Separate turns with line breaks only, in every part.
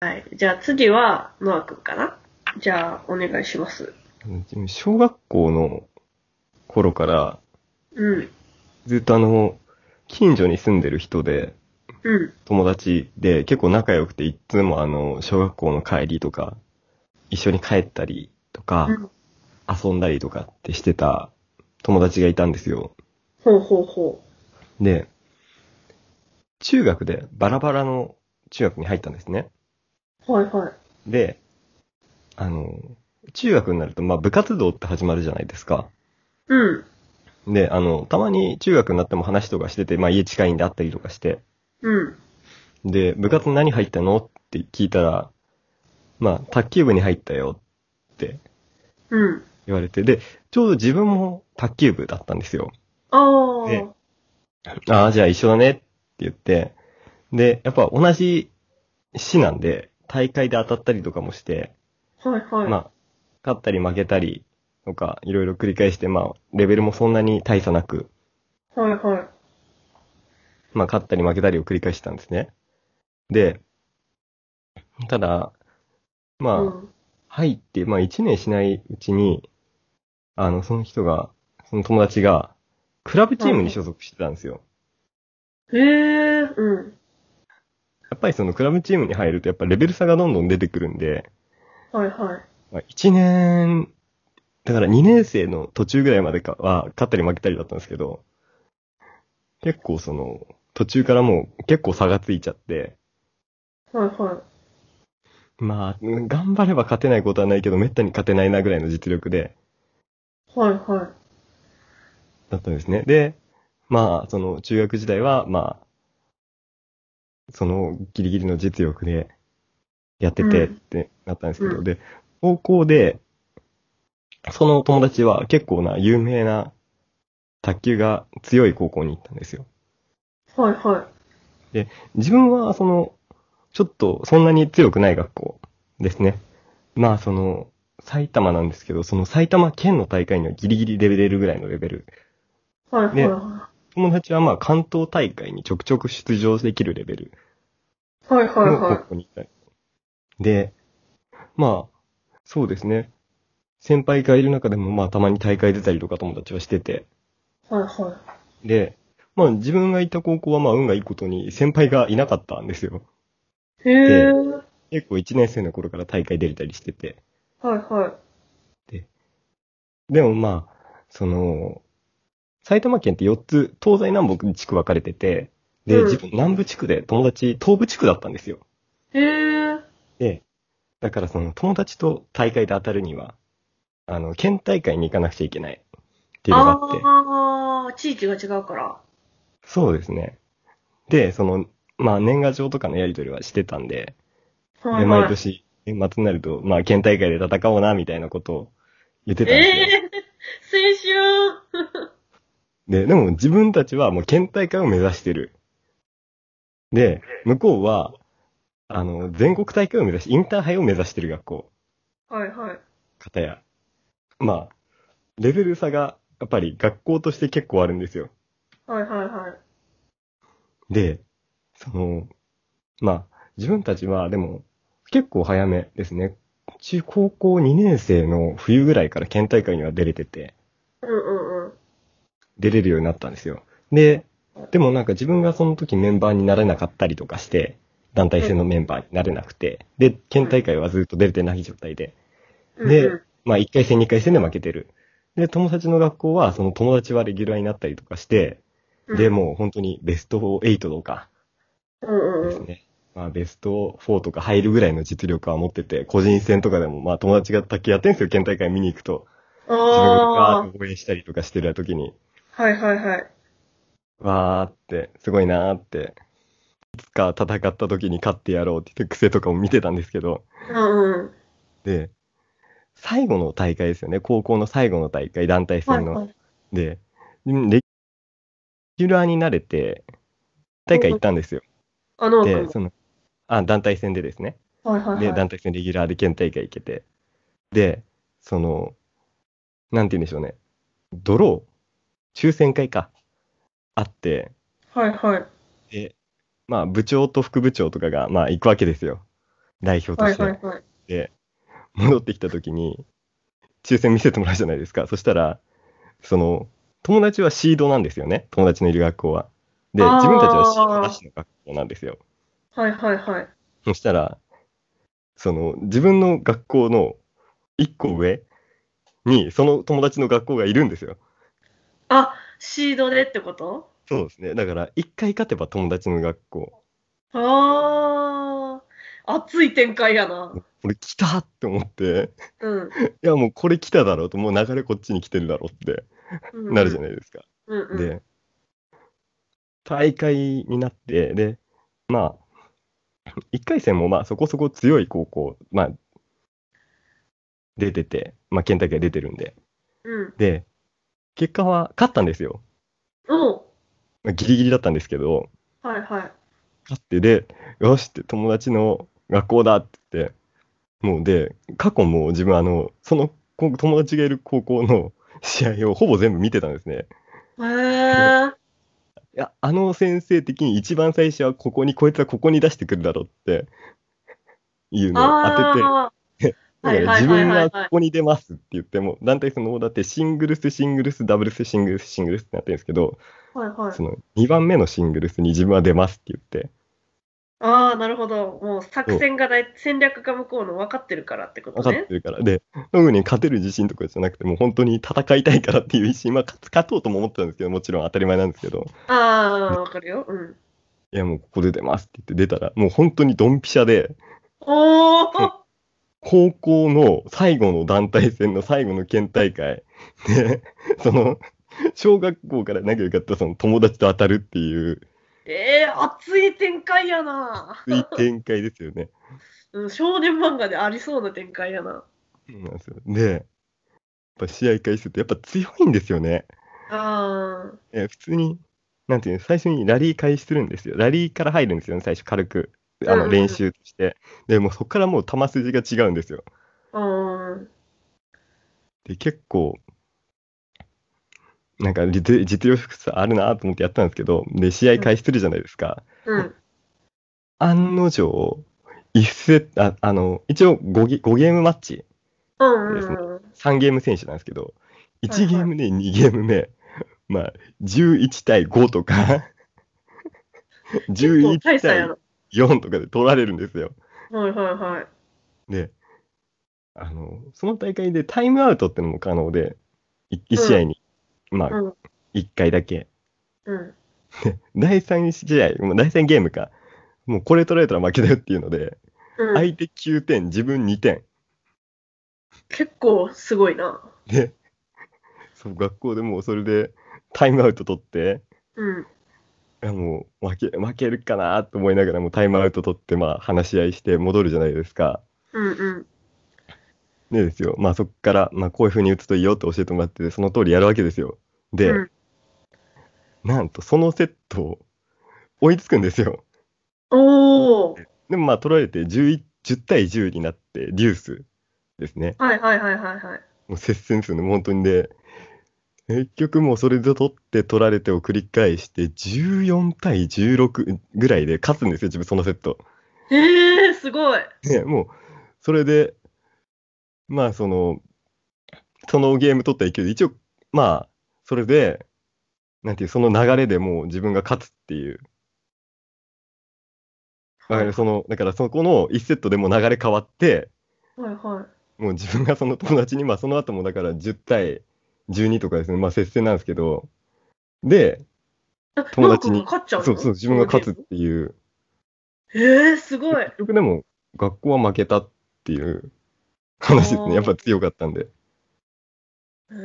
はい。じゃあ次は、ノア君かなじゃあ、お願いします。
でも小学校の頃から、
うん。
ずっとあの、近所に住んでる人で、
うん。
友達で結構仲良くて、いつもあの、小学校の帰りとか、一緒に帰ったりとか、
うん
遊んだりとかってしてた友達がいたんですよ。
ほうほうほ
で、中学でバラバラの中学に入ったんですね。
う。はいはい。
で、あの、中学になると、まあ部活動って始まるじゃないですか。
うん。
で、あの、たまに中学になっても話とかしてて、まあ家近いんで会ったりとかして、
うん。
で、部活何入ったのって聞いたら、まあ、卓球部に入ったよって
うん。
言われて、で、ちょうど自分も卓球部だったんですよ。
ああ。
でああ、じゃあ一緒だねって言って、で、やっぱ同じ市なんで、大会で当たったりとかもして、
はいはい。
まあ、勝ったり負けたりとか、いろいろ繰り返して、まあ、レベルもそんなに大差なく、
はいはい。
まあ、勝ったり負けたりを繰り返してたんですね。で、ただ、まあ、
うん。
入って、まあ一年しないうちに、あの、その人が、その友達が、クラブチームに所属してたんですよ。
へえ、うん。
やっぱりそのクラブチームに入ると、やっぱレベル差がどんどん出てくるんで、
はいはい。
まあ、1年、だから2年生の途中ぐらいまでかは、勝ったり負けたりだったんですけど、結構その、途中からもう結構差がついちゃって、
はいはい。
まあ、頑張れば勝てないことはないけど、めったに勝てないなぐらいの実力で、
はいはい。
だったんですね。で、まあ、その中学時代は、まあ、そのギリギリの実力でやっててっ
うん
てなったんですけど、
うん
で、高校で、その友達は結構な有名な卓球が強い高校に行ったんですよ。
はいは
自分は、その、ちょっとそんなに強くない学校ですね。まあ、その、埼玉なんですけど、その埼玉県の大会にはギリギリレベルぐらいのレベル
い。はいはい
ね
は
友達はまあ関東大会にちょくちょく出場できるレベル
い。はいはい
の高
は
校に行ったり。で、まあ、そうですね。先輩がいる中でもまあたまに大会出たりとか友達はしてて。
い。はいは
で、まあ自分がいた高校はまあ運がいいことに先輩がいなかったんですよ。
い。へえ、
結構1年生の頃から大会出れたりしてて。
はいは
でもまあ、その、埼玉県って4つ、東西南北に地区分かれてて、で、
うん
自分南部地区で友達東部地区だったんですよ。
い。へえ、
で、だからその友達と大会で当たるには、あの、県大会に行かなくちゃいけないっていうのがあって、
ああ、地域が違うから。
そうですね。で、その、まあ年賀状とかのやり取りはしてたんで、
は
で、
いは
毎
い。
年、年末になると、まあ県大会で戦おうな、みたいなことを言ってたんですよ。
ええー、青春
で、でも自分たちはもう県大会を目指してる。で、向こうは、あの、全国大会を目指し、インターハイを目指してる学校。
はいはい。
方や、まあ、レベル差が、やっぱり学校として結構あるんですよ。
はいはいはい。
で、その、まあ、自分たちは、でも、結構早めですね。中高校2年生の冬ぐらいから県大会には出れてて、
うんうんうん。
出れるようになったんですよ。で、でもなんか自分がその時メンバーになれなかったりとかして、団体戦のメンバーになれなくて、で、県大会はずっと出れてない状態で、
うんうん
で、まあ1回戦2回戦で負けてる。で、友達の学校は、その友達はレギュラーになったりとかして、で、、もう本当にベスト8とか
うんうんう
です
ん。
ね。まあベスト4とか入るぐらいの実力は持ってて、個人戦とかでも、まあ友達が卓球やってんすよ、県大会見に行くと。自分
あ
が応援したりとかしてる時に、
あ、はいはいはい。
わーって、すごいなーって。いつか戦った時に勝ってやろうって言って癖とかも見てたんですけど、
うんうん。
で、最後の大会ですよね、高校の最後の大会、団体
は
戦
い
の
は。い。
で、んレギュラーになれて、大会行ったんですよ。
あの、
で、その、あ、団体戦でですね。
はいはい
で、
はい。
団体戦レギュラーで県大会行けて。で、その、なんて言うんでしょうね。ドロー、抽選会か、あって、
はいはい。
で、まあ、部長と副部長とかが、まあ、行くわけですよ。代表と
はい
して。
はいはい。
で、戻ってきた時に、抽選見せてもらうじゃないですか。そしたら、その、友達はシードなんですよね。友達のいる学校は。で、
あー
自分たちはシードなしの学校なんですよ。
はいはいはい。
そしたら、その、自分の学校の一個上に、その友達の学校がいるんですよ。
あ、シードでってこと
そうですね。だから、一回勝てば友達の学校。
ああ、熱い展開やな。
俺来たって思って、
うん。
いやもうこれ来ただろうと、もう流れこっちに来てるだろうって
うん
なるじゃ
ない。
ないですか。
うんうん、
で、大会になって、で、まあ、1回戦もまあそこそこ強い高校、まあ、出てて、まあ、県大会出てるんで、
うん。
で、結果は勝ったんですよ。
おう
まあギリギリだったんですけど、
はいはい。
勝って、で、よしって友達の学校だって言って、もうで、過去も自分、あの、そのこ友達がいる高校の試合をほぼ全部見てたんですね。
へえ。
いや、あの先生的に一番最初はここに、こいつはここに出してくるだろうって、いうのを 当てて、
あは
だから
いはいはいはいはい
自分はここに出ますって言っても、団体その、だってシングルス、シングルス、ダブルス、シングルス、シングルスってなってるんですけど、
あ、はいはい
そ。の2番目のシングルスに自分は出ますって言って、
ああ、なるほど。もう作戦が大、戦略が向こうの分かってるからってこ
分
と
かっ
ね。
てるから、で、特に勝てる自信とかじゃなくて、もう本当に戦いたいからっていう一心、まあ、勝つ勝とうとも思ってたんですけど、もちろん当たり前なんですけど、
ああ、分かるよ。うん。
いや、もうここで出ますって言って出たら、もう本当にドンピシャで、
おお、
高校の最後の団体戦の最後の県大会で、 その、小学校から仲良かったその友達と当たるっていう、
ええ熱い展開やな。
いい展開ですよね。
うん、少年漫画でありそうな展開やな。
そうなんですよで、やっぱ試合開始するとやっぱ強いんですよね。
ああ、
え普通に、なんていうの、最初にラリー開始するんですよ。ラリーから入るんですよね、最初軽く。あ
うんうんう
の
ん
練習として。で、もうそこからもう球筋が違うんですよ。
うん。
で、結構、なんか実実力差あるなと思ってやったんですけど、で、試合開始するじゃないですか。
うん。
案の定、一セット、ああの、一応5ゲ ,5 ゲームマッチ、
うんうんうん。
3ゲーム選手なんですけど、
はいは
1
い
ゲームで2ゲーム目、まあ、11対5とか、11
大差や
対
な。
4とかで取られるんですよ。
はいはいはい。
で、あの、その大会でタイムアウトってのも可能で、1試合に、まあ、
うん
1回だけ。
うん。
第3試合、もう第3ゲームか、もうこれ取られたら負けだよっていうので、
うん、
相手9点、自分2点。
結構すごいな。
で、そう学校でもうそれでタイムアウト取って、
うん。
いやもう負け負けるかなと思いながらもうタイムアウト取って、まあ、話し合いして戻るじゃないですか。
うんうん。
でですよ、まあ、そこから、まあ、こういう風に打つといいよって教えてもらって、その通りやるわけですよ。で、
うん
なんとそのセットを追いつくんですよ。
おお。
でもまあ取られて11 10対10になって、デュースですね。
はいはいはいはいはい。
もう接戦するの、本当にで、結局もうそれで取って取られてを繰り返して、14対16ぐらいで勝つんですよ、自分そのセット。
ええー、すごい。
ね、もう、それで、まあその、そのゲーム取った勢いで、一応、まあ、それで、なんていう、その流れでもう自分が勝つっていう。わかるその、だからそこの1セットでもう流れ変わって、
はいはい。
もう自分がその友達に、まあその後もだから10対12とかですね、まあ接戦なんですけど、で、
あ
友達に
なんか勝っちゃうの
そうそう、自分が勝つっていう、
ええー、すごい。
結局でも学校は負けたっていう話です
あ
ね。
ー
やっぱ強かったんで。
へえ、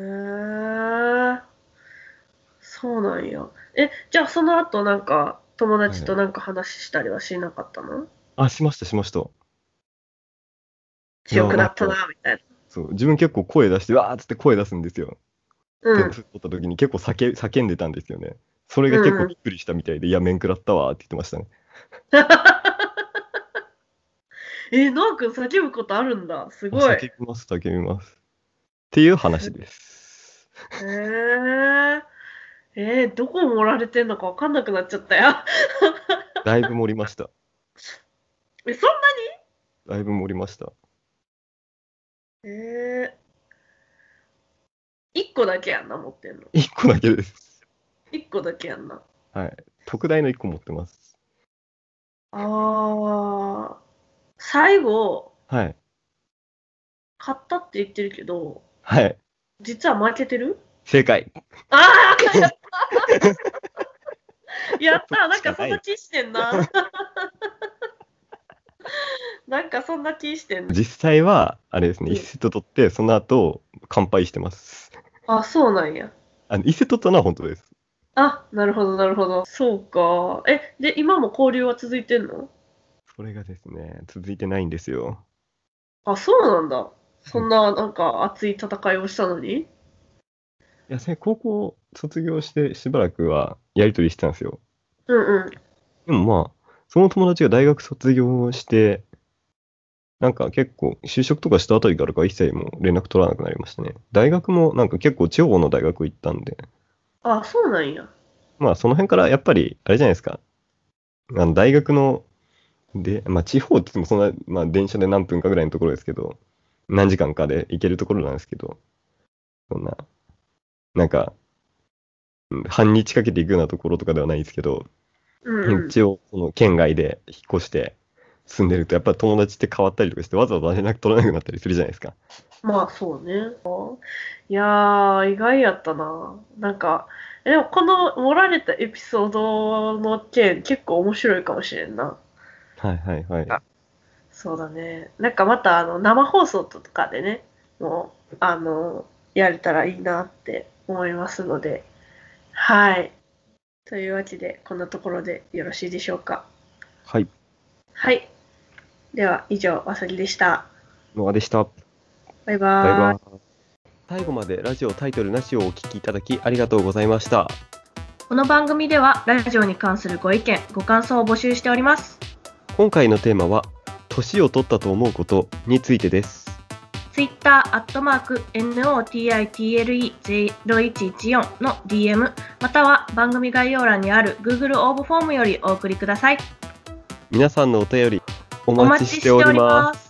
そうなんや。え、じゃあその後なんか友達となんか話したりはしなかったの
あ、しました、しました。
強くなったな、みたい
そう、自分結構声出して、わーっつって声出すんですよ。
な。
で
うん。
撮った時に結構叫叫んでたんですよね。それが結構びっくりしたみたいで、いや、面食らったわーって言ってましたね。
え、ノア君叫ぶことあるんだ。すごい。
あ
へ
叫びます、叫びます。っていう話です。
え。えーどこ盛られてんのかわかんな くなっちゃったよ。
だいぶ盛りました。
え、そんな
だいぶ盛りました。
ええ一個だけやんな、持ってんの。
1個だけです。
一個だけやんな。
はい。特大の1個持ってます。
ああ。最後、
はい。
買ったって言ってるけど、
はい。
実は負けてる
正解。
ああやった やったなんかそんな気してんな。 なんかそんな気してんな。
実際は、あれですね、
うん
1セット取って、その後、乾杯してます。
あ、そうなんや。
あの、1セット取ったのは本当です。
あ、なるほど、なるほど。そうか。え、で、今も交流は続いてんの
それがですね、続いてないんですよ。
あ、そうなんだ。そんな、なんか熱い戦いをしたのに
いや、せ高校卒業してしばらくはやりとりしてたんですよ。
うんうん。
でもまあ、その友達が大学卒業して、なんか結構就職とかしたあたりからか一切もう連絡取らなくなりましたね。大学もなんか結構地方の大学行ったんで、
あ、そうなんや。
まあその辺からやっぱり、あれじゃないですか。あの大学の、で、まあ地方って言ってもそんな、まあ電車で何分かぐらいのところですけど、何時間かで行けるところなんですけど、そんな、なんか、うん半日かけて行くようなところとかではないですけど、
うん、うん。
一応、その県外で引っ越して住んでると、やっぱり友達って変わったりとかして、わざわざ連絡取らなくなったりするじゃないですか。
まあ、そうね。いやー、意外やったな。なんか、えでもこの盛られたエピソードの件、結構面白いかもしれんな。
はいはいはい。
あそうだね。なんかまた、あの、生放送とかでね、もう、あの、やれたらいいなって思いますので、はい。というわけで、こんなところでよろしいでしょうか。
はい。
はい。では、以上、わさぎでした。
ノアでした。
バイバ
バイ
ーイ。
バイ。最後までラジオタイトルなしをお聞きいただきありがとうございました。
この番組では、ラジオに関するご意見、ご感想を募集しております。
今回のテーマは、年を取ったと思うことについてです。
Twitter、アットマーク、notitle0114 の DM、または番組概要欄にある Google 応募フォームよりお送りください。
皆さんのお便り、お
お
待
待
ち
ちし
して
て
お
お
り
り
ます
ま。す。